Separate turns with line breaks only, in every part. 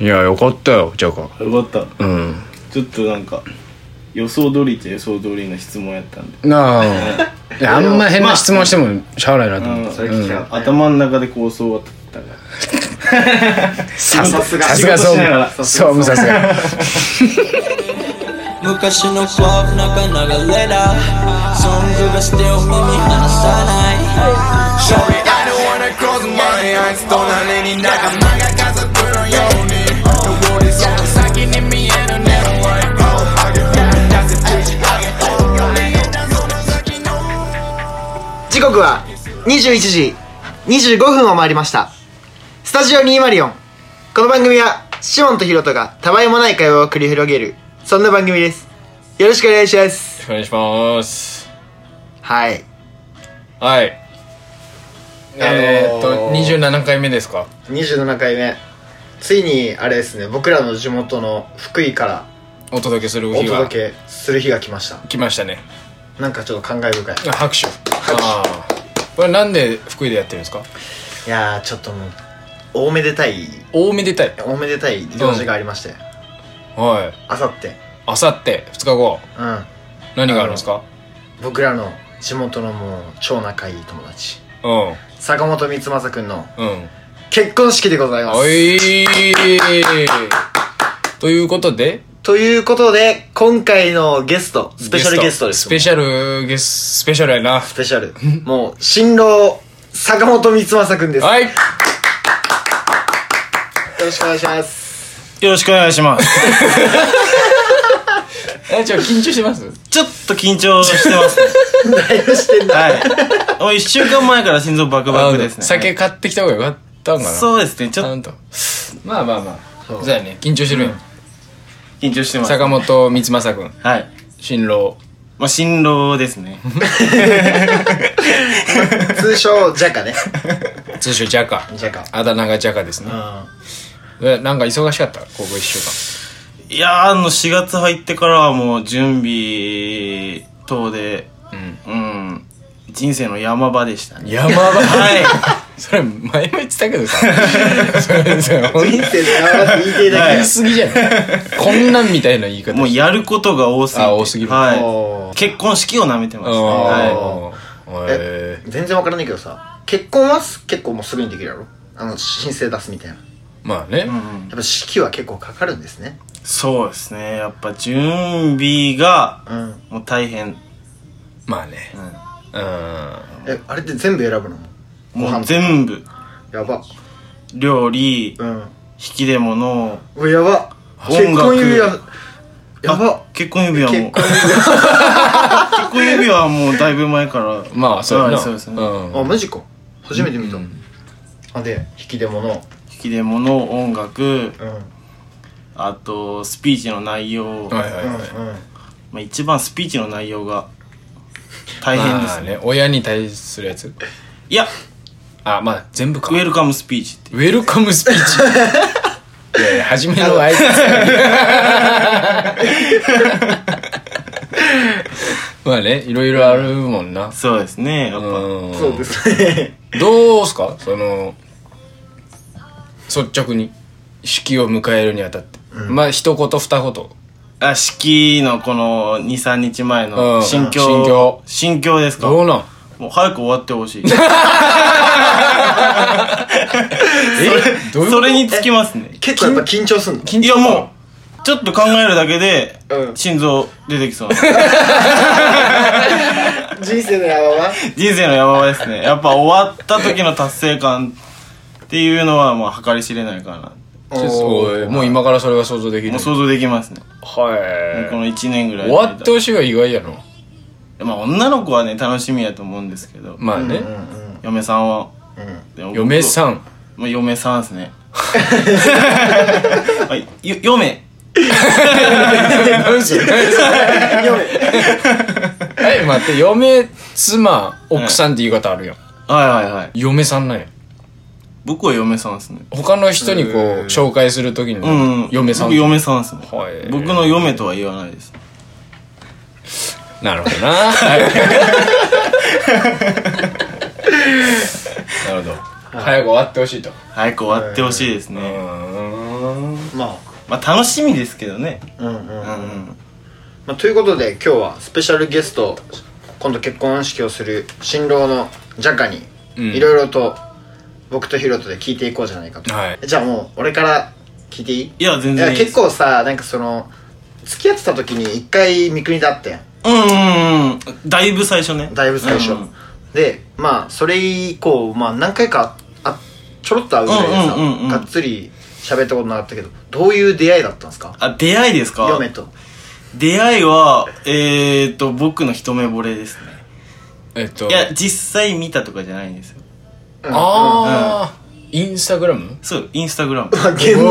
いやよかったよジャカ
よかっ
うん
たちょっとなんか予想通りっちゃ予想通りな質問やったんで、
なあいやあんま変な質問してもしゃあないなと思って
それ聞きたかった
頭の中で構想は立ったから
さ
さすが
さすが
仕事
総
しながら
務総務さすが
昔のフォークなんか流れだソングがしてお耳離さない
Shorty, I don't wanna close my eyes 隣に仲間が家族のようにどこでその先に見えるね Oh, I can feel it, that's it, bitch, I can feel it 逃げたその先の
時刻は21時25分を回りましたスタジオ2マリオンこの番組はシモンとヒロトがたわいもない会話を繰り広げるそんな番組ですよろしくお願いします
お願いします
はい
はい
のー
えー、っと27回目ですか
27回目ついにあれですね僕らの地元の福井から
お届けする
お
日が
届けする日が来ました
来ましたね
なんかちょっと感慨深い
あ拍手あーこれなんで福井でやってるんですか
いやーちょっともう大めでたい
大めでたい
大めでたい行事がありまして
はい
あさって
あさって2日後
うん
何があるんですか
僕らの地元のもう超仲いい友達
うん
坂本光政くんの
うん
結婚式でございま
お
す
いということで
ということで今回のゲストスペシャルゲストです
スペシャルゲススペシャルやな
スペシャルもう新郎坂本光政くんです、
はい
よろしくお願いします
よろしくお願いします。
えちょ緊張してます
ちょっと緊張してます、ね。
何をしてんだ
はい。もう一週間前から心臓バク バクですね。
酒買ってきた方がよかったんかな
そうですね。ち
ち
ょ
ゃ
っ
んとまあまあまあそうだよね緊張してるよ、
と緊張してます。
坂本光政君
はい。
新郎
まあ、新郎ですね。
通称ジャカね
通称ジャカ
ジャカ
あだ名がジャカですねえなんか忙しかったここ一週間
いやー、あの、4月入ってからはもう準備等で、うん。人生の山場でしたね。
山 場
は
それ前も言ってたけどさそれそれほんと
人生で頑張って言いてえだけ
言いすぎじゃ ないこんなんみたいな言い
い。
方
もうやることが多すぎて。
あ多すぎる
は
お
い。結婚式を舐めてま
あ
し
ー
たね。は
え
え全然わからないけどさ結婚は結構もうすぐにできるやろあの申請出すみたいなや
ーまあね、
い。うん。
っぱ式は結構かかるんですね
そうですね。やっぱ準備が、
うん
もう大変。
まあねうん
えあれって全部選ぶのご
も
飯
う全部。
やば
料理、
うん
引き出物、
うわやば
音
結
楽
婚指輪やば
あ結婚指輪も。
結
結
婚
婚指輪はもうだいぶ前から。
まあそうやな
はいそうですね
うん
あマジか初めて見た、あで引き出物
引き出物、音楽、
うんうんうん
あと、スピーチの内容。
はいはいはい
まあ一番スピーチの内容が大変で
まあ
すね。
ね親に対するやつ
いや、
あまあ全部か
ウェルカムスピーチって。
ウェルカムスピー チ。いやいや、初めの挨拶。 まあね、いろいろあるもんな。
そうですね。やっぱ、
うん。
そうですね
どうすかその、率直に、式を迎えるにあたって。まあ、一言二言。
あ、式のこの2、3日前
うん
の心境。
心境
心境ですか
どうなん
もう早く終わって ほしい。
えどういうこと
それにつきますね。
結構やっぱ緊張すんの
いやもう、ちょっと考えるだけで
う、ん
心臓出てきそう。
人生の山は
人生の山場ですね。やっぱ終わった時の達成感っていうのは、まあ、計り知れないかな。
ちょっとおいもう今からそれが想像でき
も
る
う。想像できますね。こ
は
の1年ぐ
い。
らい
終
の間。
わってほしいが意外やの。
まあ、女の子はね、楽しみやと思うんですけど、
まあね。
嫁さんは。
嫁
ん。
さん。
まあ、嫁さんです ね。まあよ嫁。
何それ何それえ待って嫁妻奥さんって言い方あるやん、
はいはいはい。
嫁さんなんや
僕は嫁さんですね。
他の人にこう紹介するときに、
うん。
嫁さん
僕嫁さんですね。
はい
僕の嫁とは言わないです。
なるほど なはいなるほど早く終わってほしいと
早く終わってほしいですね。
うーん
ま
まあ楽しみですけどね
あうんうん
うん
まあ、ということで今日はスペシャルゲスト今度結婚式をする新郎のジャカに
ん
いろいろと僕とヒロトで聞いていこうじゃないかと、
はい
じゃあもう俺から聞いていい
いや全
い
然
や
いい
結構さなんかその付き合ってた時に一回三国で会ったやん
うんうんうんだいぶ最初ね
だいぶ最初、
うん
でまあそれ以降、まあ、何回かあちょろっと会うぐらいでさ、
うんうんうんうん
がっつり喋ったことなかったけどどういう出会いだったんですか
あ出会いですか
嫁と
出会いはえー、っと僕の一目惚れですね
えっと
いや実際見たとかじゃないんですよ
ああインスタグラム
そうインスタグラム
現代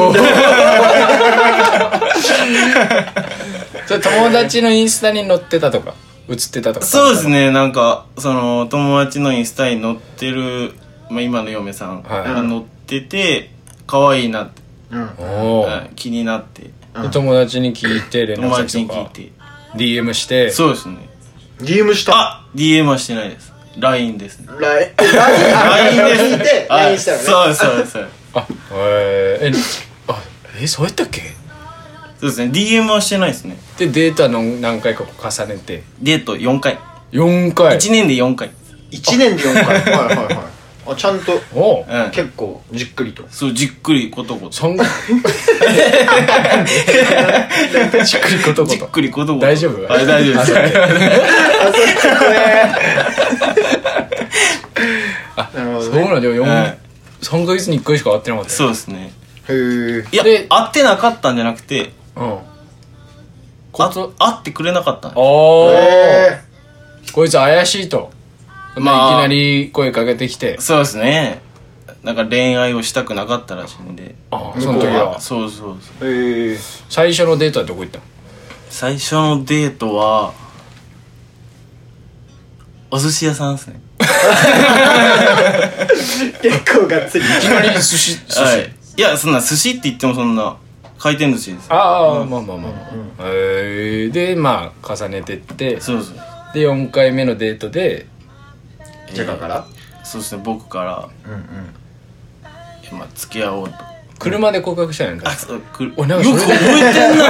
それ友達のインスタに載ってたとか映ってたとか
そうですねなんかその友達のインスタに載ってる、まあ、今の嫁さん
はい
が載ってて可愛いなって、
おおー
うん気になって
で友達に聞いて連
友
絡
達
先
に
と
聞い
か
て
DM して
そうですね
DM した
あ DM はしてないです LINE ですね
LINE 聞いて LINE したよね
そうですそうですそうです
あへーえあえそうやったっけ
そうですね DM はしてないですね
でデータの何回かこう重ねて
デート4回、
4回
1年で4回
1年で4回はいはいはいあちゃんと
おう
うん
結構じっくりと
そうじっくりことこと
そんなしっくりことこ
じっ
と
くりことこと
大丈夫
はい大丈 夫です
なるほ
そう
どね
なんだよ
は
4 3ヶ月に1回しか会ってなかったよ
そうですね
へえ
いや
で
会ってなかったんじゃなくて
うんあ
あ会ってくれなかったんです
あこいつ怪しいとま
まあ
あいきなり声かけてきて
そうですねなんか恋愛をしたくなかったらしいんで
あその時は
そうそうそう
へえ
最初のデートはどこ行ったの
最初のデートはお寿司屋さんですね
結構がっつり
いきなり寿司寿司
はいいやそんな寿司って言ってもそんな回転寿司です
ああまあまあまあまあえーでまあ重ねてってで
そうそう
4回目のデートで
ジャカから
そうですね僕から
うんうん
いやまあ付き合おうと
車で告白したんやんか
あそうくよく
おいなん
覚
かそれで
えてんな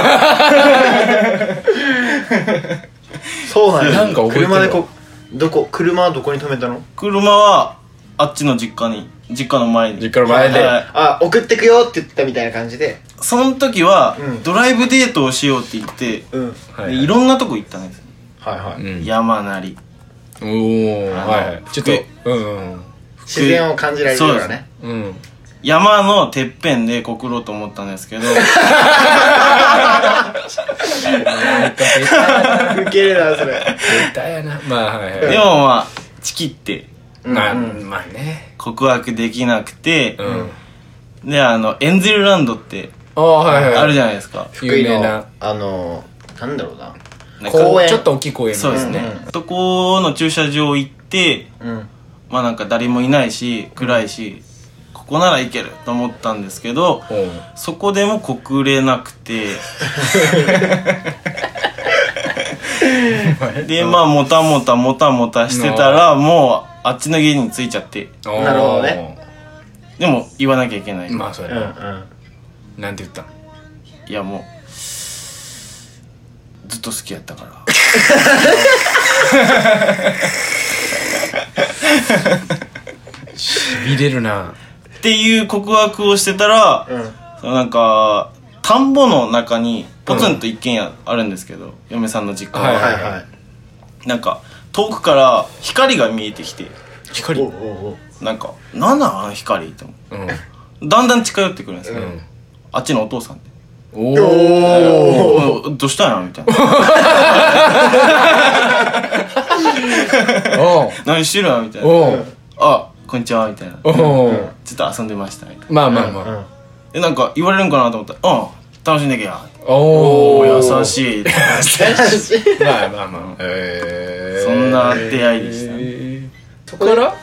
そうなんや
なんか覚えてるわ
車でこどこ車はどこに止めたの
車はあっちの実家に実家の前に
実家の前で
はい
あ送ってくよって言ったみたいな感じで
その時は、
うん
ドライブデートをしようって言って、
うんはい
はい
でいろんなとこ行ったんですよ、
は
う
い
ん
山なり
おお
あの
はいはいちょっ
で
とうん
自然を感じられるようなね
うんうん
山のてっぺんで告ろうと思ったんで すけど
ウケるなそれ
ベタやなまあはいはい
でもまあチキって
まあまあね
告白できなくて
う、ん
であのエンゼルランドって
ああはいはい
あるじゃないですか、
有名な
あのなんだろうな
なんか
公園
ちょっと大きい公園みた
そ
いうな
ですね、そこの駐車場行って
うん
まあなんか誰もいないし暗いし、ここならいけると思ったんですけど、
おう
そこでも告れなくてでまあもたもたもたもたしてたらもうあっちの家に着いちゃって
おう
なるほどね
でも言わなきゃいけない、
まあそれ
うんうん
なんて言った
いやもうずっと好きやったから
見れるな
っていう告白をしてたら、
うん
そのなんか田んぼの中にポツンと一軒家あるんですけど、嫁さんの実家は、
はい
はいはい
なんか遠くから光が見えてきて
おう
光
おうおう
なんか「なんなんあの光」と思って
うん
だんだん近寄ってくるんですけ
う
ど、
ん
あっちのお父さんって
おお
おおどうしたんやみたいな
おう
何してるやみたいな
おう
あこんにちはみたいなちょ
おう
っと遊んでましたみたいな
まあまあまあ
でなんか言われるんかなと思ったら「うん楽しんでけや」
お
お
お
ー優しい
まあまあまあへえ
そんな出会いでしたね
そこから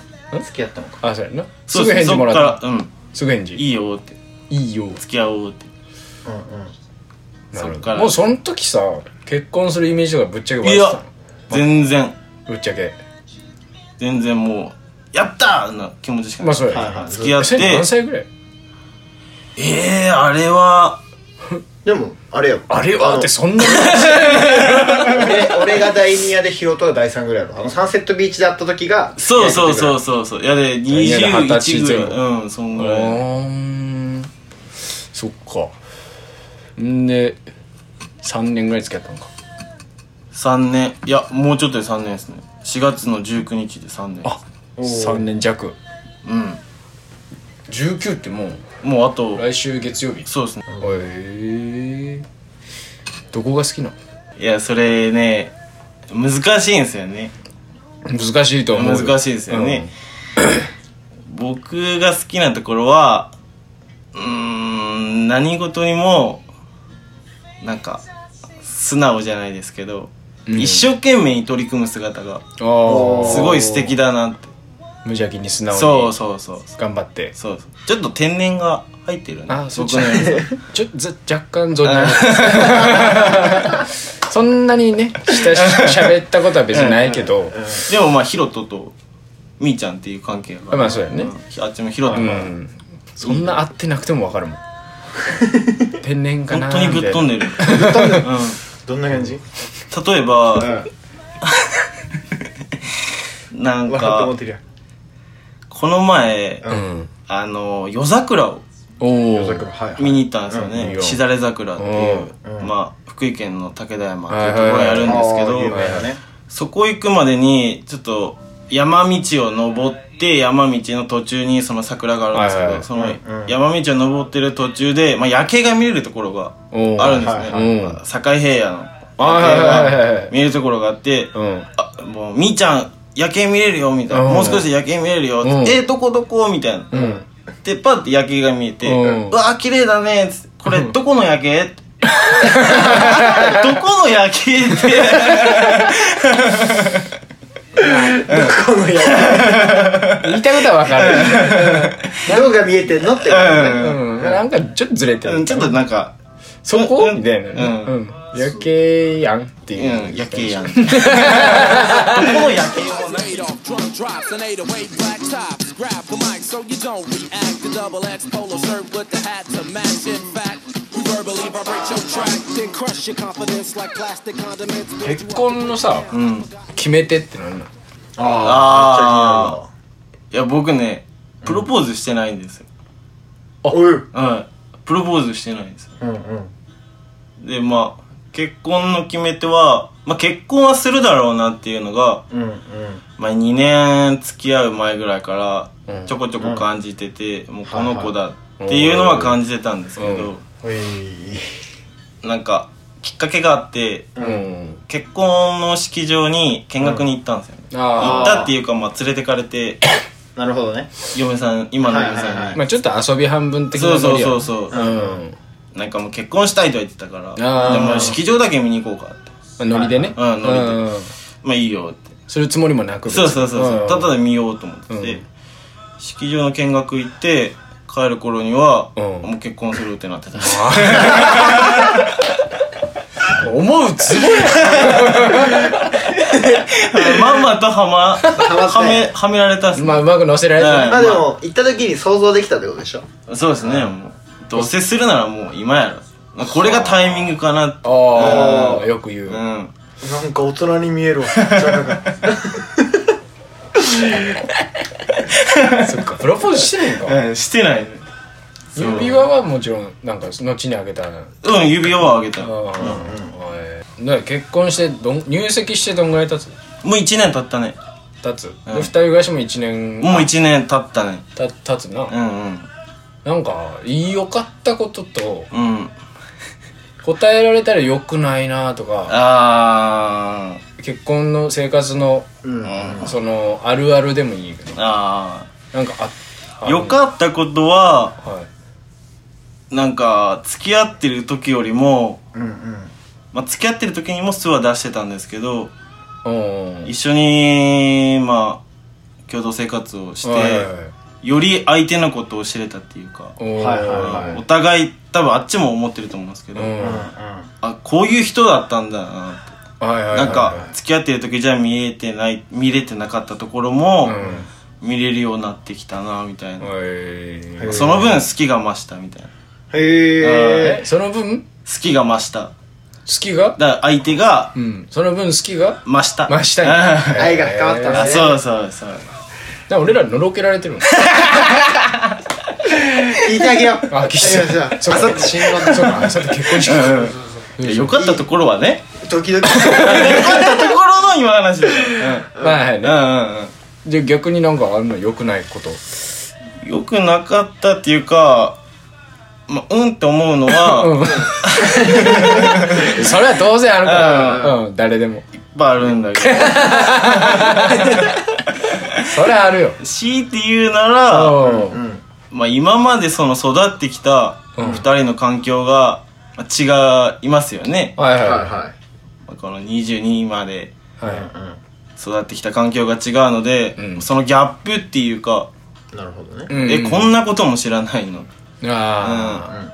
付き合ったのか
あそうやなす
そう
ぐ
で
返事
すねそ
も
っから
っ
ら
た
うん
すぐ返事
いいよって
いいよ
付き合おうって
うんうん
そっから
もうその時さ結婚するイメージとかぶっちゃけ湧い
い
てた
や
の
全然
ぶっちゃけ
全然もうやったーな気持ちしか
まあ
ない
そうや
はいはい
付き合っ
えそれ
て
何歳ぐらい
ええあれは
でもあれや
あれは
の
ってそんなに
俺俺が第2夜でヒロトが第3ぐらいのあのサンセットビーチで会った時が
そうそう
う
そうそうそういやで
いや二十歳
21ぐら
前
い
後
うんそん
う
ぐらい
ーんそっかんで3年ぐらい付き合ったのか
3年いやもうちょっとで3年ですね4月の19日で3年
あ3年弱
うん
19ってもう
もうあと
来週月曜日へ
そうですね
えどこが好きなの
いやそれね難しいんですよね
難しいと思う
難しいですよね、 僕が好きなところはうーん何事にもなんか素直じゃないですけど、
うん
一生懸命に取り組む姿
う
が
んあ
すごい素敵だなって
あ無邪気に素直に
そうそうそうそう
頑張って
そうそうちょっと天然が入ってるね
あーそっ
僕
ち
のやつは
ちょ っと若干存じ上げて そんなにね親しく喋ったことは別にないけど
でもまあヒロトとみーちゃんっていう関係が
まあそうだよね
んあっちもヒロトが、
うんそんな会ってなくても分かるも ん天然かな
本当にぶっ飛ん
で
でる
どんな感じ
例えば、なん
分かって思
か
ってるやん
この前、
うん
あの夜桜を
おお
だからはいはい
見に行ったんですよ
う
ね、
んいいよ
しだれ桜っていう、まあ福井県の武田山っていうところをやるんですけど、
あー有名なね
そこ行くまでにちょっと山道を登って山道の途中にその桜があるんですけど、
はいはい
その山道を登ってる途中で、まあ、夜景が見れるところが
おー
あるんですね、
はいはいうん
境平野の
はいはいはいはい
夜景が見えるところがあって、
うん
あもうみーちゃん夜景見れるよみたいな、
うん
もう少しで夜景見れるよ、
うん
えー、どこどこみたいな、
ん
でパッて夜景が見えて「う
うん
わー綺麗だね」つってこれどこの 夜景?」どこの夜景って
言いたいことは分か
どうが見えてんのってことね
るうんなんかちょっとずれて
うん
る
ちょっとなんか
そこみたいなね
う
うん夜景やんって
う
い
ん
う
夜景やんどこの夜景
laid off, drunk drops, and ate away black tops. Grab the mic so you don't react. The double X polo shirt with the hat to match. In fact, we verbally vibrate your track, then crush your confidence like plastic condiments.
結婚のさ決め手って何なの
ああいや僕ねプロポーズしてないんですよ、
おい
はいプロポーズしてないんですよ
うんうん
でまあ結婚の決め手は、まあ、結婚はするだろうなっていうのが、
うんうん
まあ、2年付き合う前ぐらいからちょこちょこ感じてて、もうこの子だっていうのは感じてたんですけど、
おい
なんかきっかけがあって
うん
結婚の式場に見学に行ったんですよね、行
あ
ったっていうか、まあ、連れてかれて
なるほどね
嫁さん今の嫁さんに、
はいはいはい
あまあちょっと遊び半分的な
そうそうそう
う
そう、
うん
なんかもう結婚したいとは言ってたからで
あー
も式場だけ見に行こうかって
まあノリでね
うんノリで
うん
まあいいよって
するつもりもなく
そうそうそうそう、
ん
ただで見ようと思ってて、
うん
式場の見学行って帰る頃には、
うん
もう結婚するってなってた
思うつぼ
まんまとはま、は
まって
め、はめられたっす
やまあうまく乗せられたね
まあでも行った時に想像できたってことでしょ
そうですね、もう。どうせするならもう今やろ。これがタイミングかなって。
ああよく言う
うん。あ
なんか大人に見える わ
そっかプロポーズしてないのか
うん、してないね。
指輪はもちろんなんか後にあげたな
うん、指輪はあげた。も
あーうんだから結婚してどん入籍してどんぐらい経つ
う1年経ったね。
経つで
うん
二人暮らしも1年
もう1年経ったね。
た経つな
うんうん。
なんか良かったことと
うん。
答えられたら良くないなとか
あ
結婚の生活のそのあるあるでもいいけど
ー。あ
なんかあ
ー。よかったことは、
はい
なんか、付き合ってる時よりも、
うんうん
まあ、付き合ってる時にも素は出してたんですけど、
うん
一緒に、まあ、共同生活をして、
はいはいはい
より相手のことを知れたっていうか、
おー
はいはいはい
お互い多分あっちも思ってると思うんですけど、
うん
あこういう人だったんだなって、
はいはいはい
なんか付き合ってる時じゃ見えてない見れてなかったところも、見れるようになってきたなみたいな、
はい
その分好きが増したみたいな
へえ
えその分好
好きが増した。
きが
だから相手が
うんその分好きが
増した。
増したん
あ
や
愛が深まった
ー
んだ
あ
ね
そうそうそう。
だから俺らのろけられてるの
聞いてあげよう
あきつい
やや
そう
あ
か
さって新郎
そうかあさって結婚式
いや良かったところはね。
時々
良かったところの今話でしょ。
まあ
うんう
ね
んうんうん。
で逆になんかあんの良くないこと
良くなかったっていうか、まあ、うんって思うのは、
う
いっ
ん それは当然あるからうん誰でも
ぱいあるんだけど、
それはあるよ
強いて言うなら、
うん
まあ、今までその育ってきた
うん
二人の環境がまあ違いますよね。
はいはい
はい
は
は
まあこの22まで
いはい
育ってきた環境が違うので、
うん
そのギャップっていうか、
いなるほどね
うん
え、こんなことも知らないの。
あ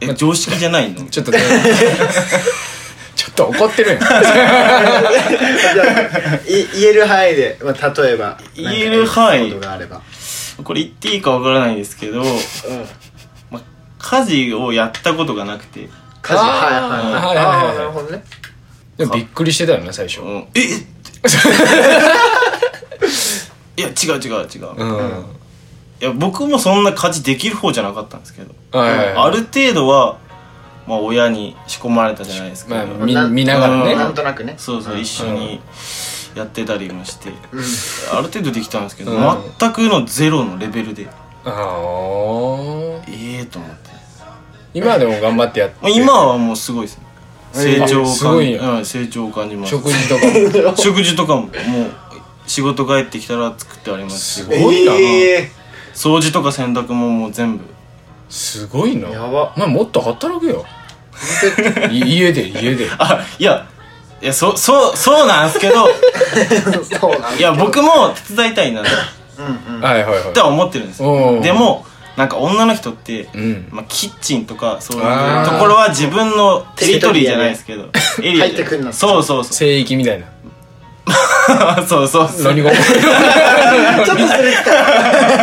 あ
え、常識じゃないの
ちょっとね ちょっと怒ってるやん
じゃあい言える範囲で、まあ、例えば
言える範囲
なんかエピソードがあれば
これ言っていいかわからないんですけど、まあ、家事をやったことがなくて、
家事はいはい
は
はい
いはいはい
あーなるほどね
でもびっくりしてたよね最初
う、ん、ええって いや、違う違う違う。
うん
いや、僕もそんな家事できる方じゃなかったんですけど、
はいはい
ある程度は、まあ、親に仕込まれたじゃないですか。
まあみ見なが
うん
ら
なん
ね
となくね
そうそう、一緒にやってたりもして、
うん
ある程度できたんですけど、
うん
全くのゼロのレベルで、
ああ
ええと思って。
今はでも頑張ってやって
まあ今はもうすごいですね。成長を
あすご
感
い
じ、
んや
うん、成長を感じます。
食事とかも
食事とかも、もう、仕事帰ってきたら作ってありますし
す、ごいな、
え
掃除とか洗濯ももう全部。
すごいな
やば
お前もっと働くよい家で家で
あ、いや、いや、そ、そう、そうなんすけ ど、
ーそうなんだ
いや、僕も手伝いたいな、と
はいはい
は
は
思ってるんです
お
よ。
う
でも、なんか女の人って、
いうん
まあ、キッチンとかそういう
あー
ところは自分のテリトリーじゃないですけどエリア
入ってくんな
でそうそう そ
聖域みたいな
うそうそうそう
何が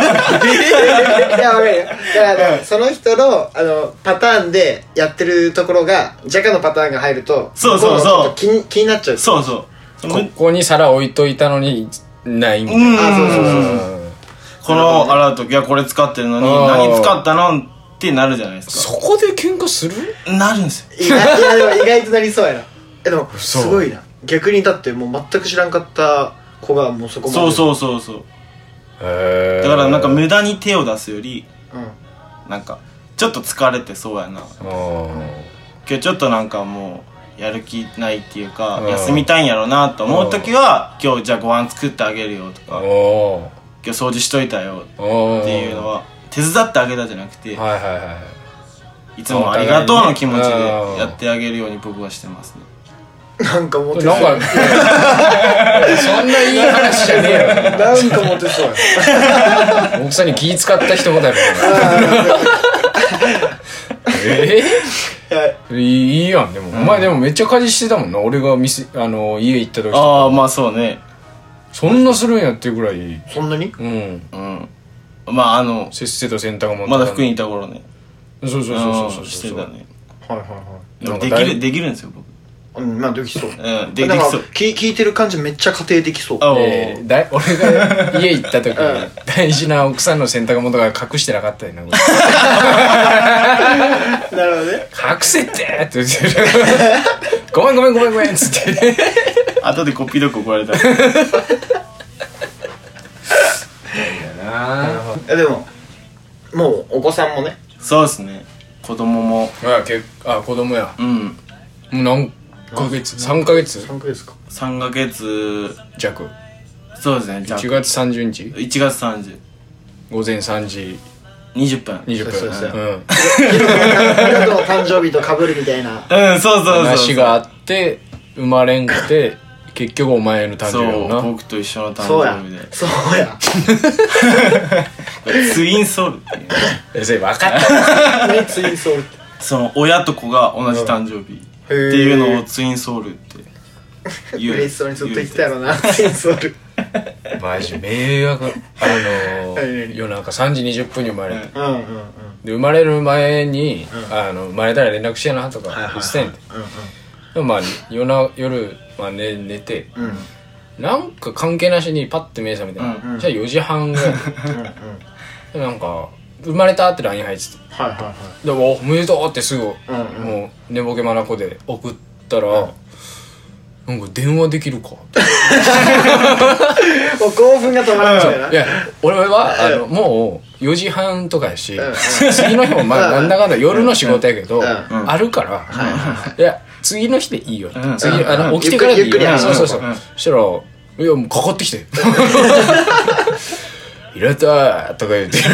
いや、わかるよ。だから、その人の、あの、パターンでやってるところが、ジャカのパターンが入ると、
そうそうそう
向このちょっと気に気になっちゃう。
そうそう
ここに皿置いといたのにないみたい
うん
な
あそうそうそう
うん
この洗う時はこれ使ってるのに
あー
何使ったのってなるじゃないです
そこで喧嘩する
かなるんですよ
意外いやでも意外となりそうやな。えでも、す
嘘
ごいな。逆にだって、もう全く知らんかった子が、もうそこまで。
そうそう
う。
そうそう
だ
だからなんか無駄に手を出すより
うん。
なんかちょっと疲れてそうやな今日ちょっとなんかもうやる気ないっていうか
うん
休みたいんやろうなと思う時は今日じゃあご飯作ってあげるよとか
おー
今日掃除しといたよ
おー
っていうのは手伝ってあげたじゃなくて、
はいはいはい
い、つもありがとうの気持ちで
お互いにね
やってあげるように僕はしてますね
なんかモテそ
なん
う。
かそんないい話じゃねえ
なんかモテそうや。
よ奥さんに気使った人もだろええいいやんでも、お前でもめっちゃ家事してたもんな俺が店あの家行った時
ああまあそうね
そんなするんやっていうぐらい
そんなに
うん
うんまああの
せっせと洗濯物
まだ福井にい
に
た頃ね
そうそうそうそうそううんそ
し
う
てたね
はいはいは
で
な
も
んかだい
できるできるんですよ僕
い。うん、まあ、できそう。
うんで
な
で
ん
き
か
そう
聞聞いてる感じめっちゃ家庭的そう。
あお
え
ー
ーだい俺が家行った時
う
に大事な奥さんの洗濯物が隠してなかったよ なこれ
なるほどね。
隠せってって言ってるごめんごめんごめんごめんっつって
後でこっぴどく怒られた
えでも、もう、お子さんもね。
そうですね子供も
あけあ子供や
うん
もう何ヶ月3ヶ月
3ヶ月か。
3ヶ月
弱
そうですねじゃあ
1
1
月30日
月3020
午前3時
分
20分
そうそうそう
うん
あなたの誕生日と被るみたいな。
うんそうそうそうそ
話
う
があって生まれんくて結局お前の誕生
そ
日やもんな
う僕と一緒の誕
そうや
生日で。
そうや。
ツインソウル っていう
えそれ分かった
何ツインソウルって。
その親と子が同じ誕生日っていうのをツインソウル って言う
嬉しそうにずっと言ってたやろな、ツインソウル。
マジ迷惑あの
何何
ー夜中3時20分に生まれて
うんうんうん。
で生まれる前に、あの生まれたら連絡してなとか
いはいはい
言ってたんやてでもまあ夜な夜、まあ、寝寝て、なんか関係なしにパッて目覚めて、じゃあ4時半ぐらいでなんか生まれたって LINE 入ってて
はいはいはい
でおおめでとうってすぐ、
ん
もう寝ぼけまなこで送ったら、なんか電話できるかって
もう興奮が止まらないない
や俺はあのもう4時半とかやし、次の日もまあなんだかんだ夜の仕事やけど、あるから、いや次の日でいいよって、次あの起きてからでいい
ゆっくりゆっ
よ
くりやる
そうそうそう、そしたら「いやもうかかってき て」「入れた」とか言って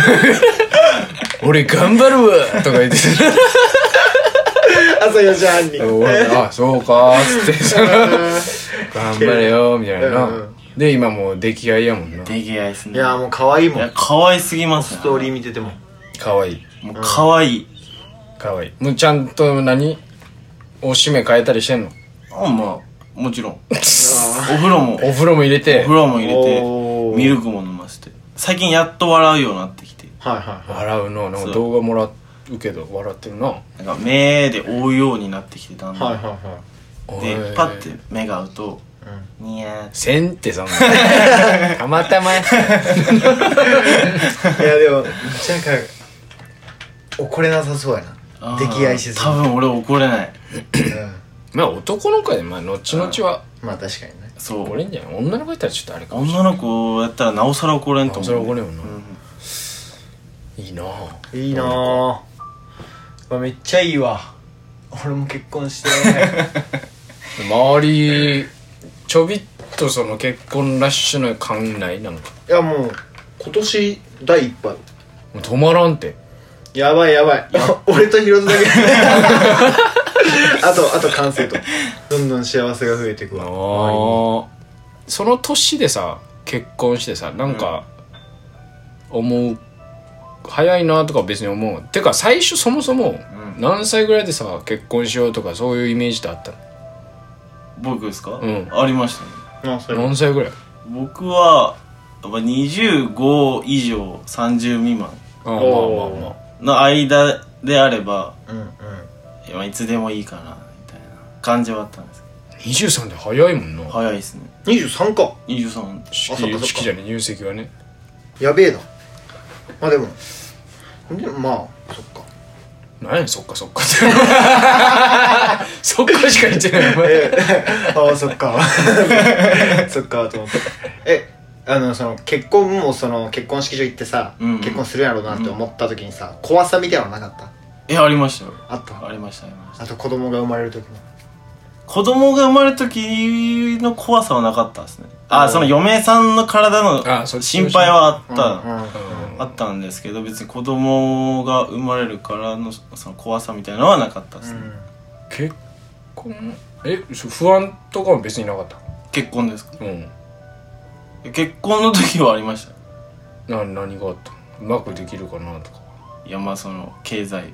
「俺頑張るわ」とか言って
朝4時半に
俺 あそうかーっつってその頑張れよーみたいな、で今もう出来合いやもんな
出来合いですね
いやもう可愛いも
い
ん
や
ス
可愛すぎます
トーリー見てても
かわいい
もう可愛い
かわいいもうちゃんと何おしめ変えたりしてんの
あまあもち ろんお風呂もお
お風呂も入れて
風呂も入れ
おー
てミルクも飲ませて最近やっと笑うようになってきて
はいはい
笑うのなん
そ
か
う
動画もらうけど笑ってるな
なんか目で追うようになってきてだんだん、
はいは
でパッて目が合うと、にや
せんってそん なたまたまや
いいやでもめっちゃなんか怒れなさそうやな出来合いしそ
多
う
分俺怒れない
まあ男の子やでまあ後々は
まあ確かにね
そう
俺んじゃない女の子やったらちょっとあれかも
女の子やったらなおさら怒れんと思う
それ怒れんよな、
うん
いいなあ
いいなぁまあめっちゃいいわ俺も結婚して
周りちょびっとその結婚ラッシュの感ないなんか
いやもう今年第一波
もう止まらんって
やばいやばい 俺とヒロトだけ あとあと完成とどんどん幸せが増えていくわ
あその年でさ結婚してさなんか思う早いなとか別に思うてか最初そもそも何歳ぐらいでさ結婚しようとかそういうイメージってあった
僕ですか、
ん
ありましたね
あそれ
の何歳ぐらい
僕はやっぱ25以上30未満
ああまあ
おー
まあまあ
の間であれば、
うんうん
まあ、いつでもいいかなみたいな感じはあったんですけ
23で早いもんな
ど早いですね
23か
23
式
そっかそっか
式じゃね入籍はね
やべえなまあでもでもまあそっか
何やねんそっかそっか ってそっかしか言ってないお前
え ああそっかそっかと思ってえあのその結婚もその結婚式場行ってさ、
うん
結婚するやろうなって思った時にさ、怖さみたいなのなかった
えありましたよ
あった
ありましたありました
あと子供が生まれる時も
子供が生まれる時の怖さはなかったですねあその嫁さんの体
あそ
の
っち
心配はあった、
うんうん
あったんですけど別に子供が生まれるからのその怖さみたいなのはなかったですね、
結婚えそ不安とかも別になかった
結婚ですか
うん
結婚の時はありました
な何があったうまくできるかなとか
いやまあその経済、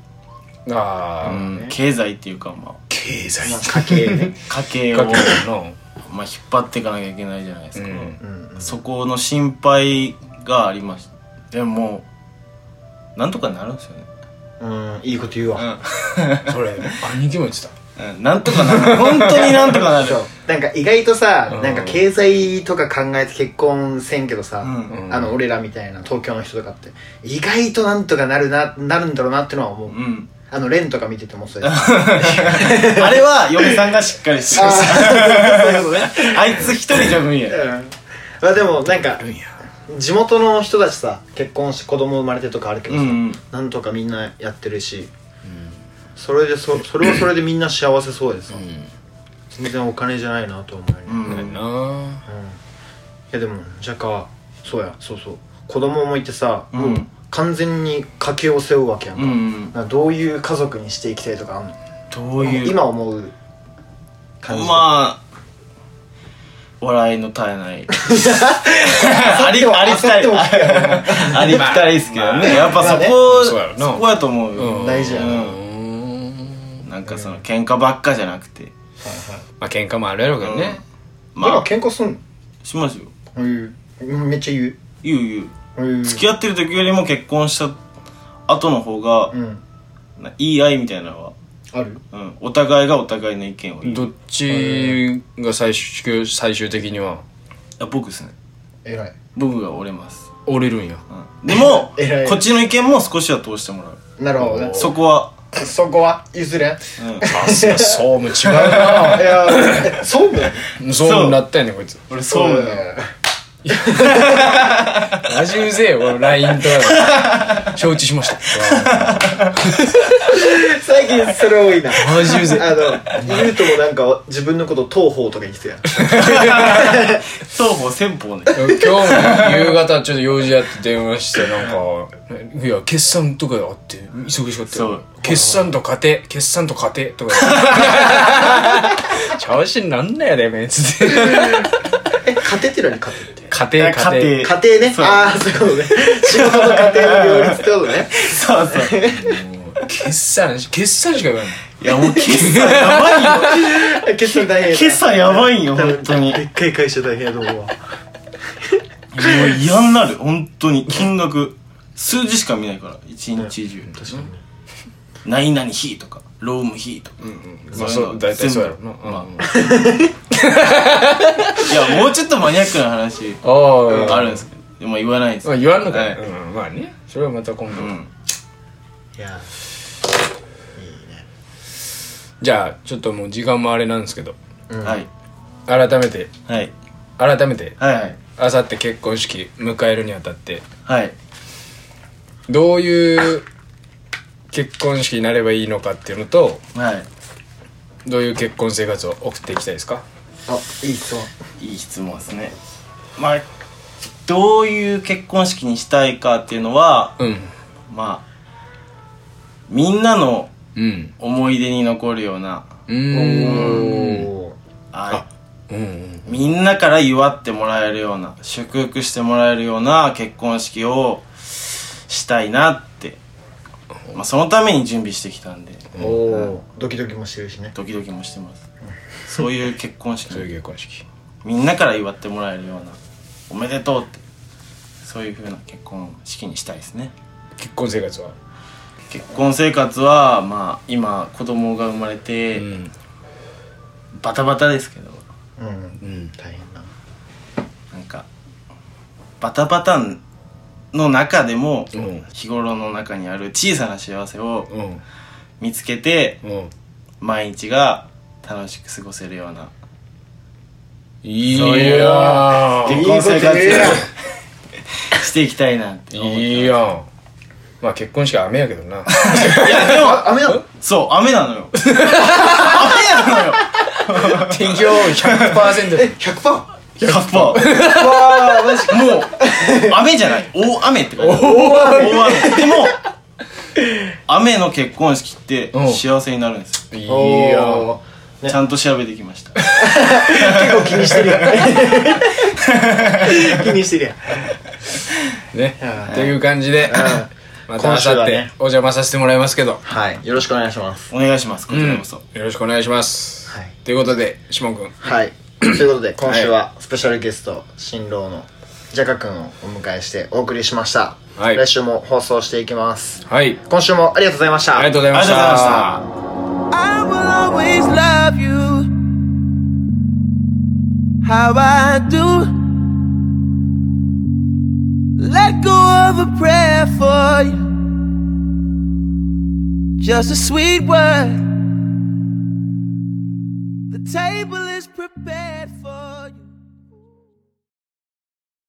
ああ、
うん経済っていうかまあ
経済
まあ家計ね
家計
か
を
けるの
まあ、引っ張っていかなきゃいけないじゃないですか、
うん
うん
そこの心配がありましたでもなんとかなるんですよね
うんいいこと言うわ、
それ兄貴も言ってた
うんなんとかなる 本当になんとかなる
そうなんか意外とさ、
ん
なんか経済とか考えて結婚せんけどさ、
うん
あの俺らみたいな東京の人とかって意外となんとかなるななるんだろうなってのは思う、
うん
あのレンとか見ててもそうやし
あれは嫁さんがしっかりしてる
そういうことね
あいつ一人じゃ無理や
うんまあでもなんか地元の人たちさ結婚して子供生まれてとかあるけどさ、
うんうん
なんとかみんなやってるし、それでそそれはそれでみんな幸せそうでさ、全然お金じゃないなと思うよね、
う
い
ん
なあ
やでもじゃかそうやそうそう子供もいてさ、
うん
もう完全に家計を背負うわけやんか,、
うん
どういう家族にしていきたいとかあんの
どういう
今思う感じ
まあ笑いの絶えない ありありきたり
あさっても聞くよ
ありきたりですけど
まあ
ねやっぱそこ
そうやろな
そこやと思うよ
大事やな、
うんなんかその喧嘩ばっかじゃなくて
まあ喧嘩もあるやろうけどね、
ま
今
あ
喧嘩すんの
しますよ
うんめっちゃ言う
言う言う
うん
付き合ってる時よりも結婚した後の方が、
うん
な言い合いみたいなのは、
ある
うん、お互いがお互いの意見を言う
どっちが最終最終的には
あ僕ですね
偉い
僕が折れます、
折れるんや
うん、でも
偉い
こっちの意見も少しは通してもらう
なるほどね
そこは、
そこは譲 れ んい
うん、
あそう総務違
やえそうだよ
うな総務になったよねこいつ
俺そうなの
マジうぜえよ俺 LINE とかで承知しま した
最近それ多いな
マジうぜえ
あの言うともなんか自分のこと東方とか言ってたやん
双方先 方ね
今日も夕方ちょっと用事あって電話してなんか「いや決算とかあって忙しかった
そ
よ
う
決算と家庭決算と家庭」とか「調子になんなよでめ」つって
え家庭って何家庭って
「家庭家庭」
家
家庭ね
そう
ああそういうことね仕事と家庭の両立ってことね
そうそう
決算し決算しか言わない
いやもう決算や ばいよ
決算大変
決算やばいよ本当に
でっかい会社大変やと思うわ
もう嫌になる本当に金額数字しか見ないから一日中確かに 何々費とか労務費とか、
まあそう大体そうやろな、うん
いやもうちょっとマニアックな話
ああ
あるんですけど、でも言わないです
まあ言わんのか
はい
い、うん、まあねそれはまた今度、
うん
いや
じゃあちょっともう時間もあれなんですけど
はい
改めて
はい
改めて
はいはい
あさって結婚式迎えるにあたって
はい
どういう結婚式になればいいのかっていうのと
は
どういう結婚生活を送っていきたいですか
あいい質問
いいい質問ですねまあどういう結婚式にしたいかっていうのは
うん
まあみんなの
うん
思い出に残るような
うーん
お
あ
うんうん
みんなから祝ってもらえるような祝福してもらえるような結婚式をしたいなって、まあ、そのために準備してきたんで
ーおードキドキもしてるしね
ドキドキもして ますそういう結婚式
そういう結婚式
みんなから祝ってもらえるようなおめでとうってそういう風な結婚式にしたいですね
結婚生活は
結婚生活はまあ今子供が生まれ
う
て
ん
バタバタですけど
うん
うん
大変な
なんかバタバタの中でも
うん
日頃の中にある小さな幸せを
うん
見つけて
うん
毎日が楽しく過ごせるようないそういう
や
結
い
婚生活
いいこと言うや
していきたいなって
ー
思ってます
いいやんまあ結婚式は雨やけど ない
やでも
あ雨なの
そう雨なのよ雨なのよ
天気予報100%
え100パー わ
カッパ
あマジか
もう雨じゃない大雨って感じ
大雨
大雨でも 雨の結婚式って
うん
幸せになるんです
い
お
やー
ー
よちゃんと調べてきました
結構気にしてるやん気にしてるやん
ね
はい
という感じで また明
今週
後
は
日
ね
お邪魔させてもらいますけど
はいよろしくお願いします
お願いしますこちらこそ、
よろしくお願いします
はい
ということでシモン君
はいということで今週はスペシャルゲスト新郎のジャカ君をお迎えしてお送りしました、
はい
来週も放送していきます
はい
今週もありがとうございました
ありがとうございまし
ありがとうございました
た
I will always love you how I do. Let go of a prayer for you, just a sweet word. The table is prepared for you.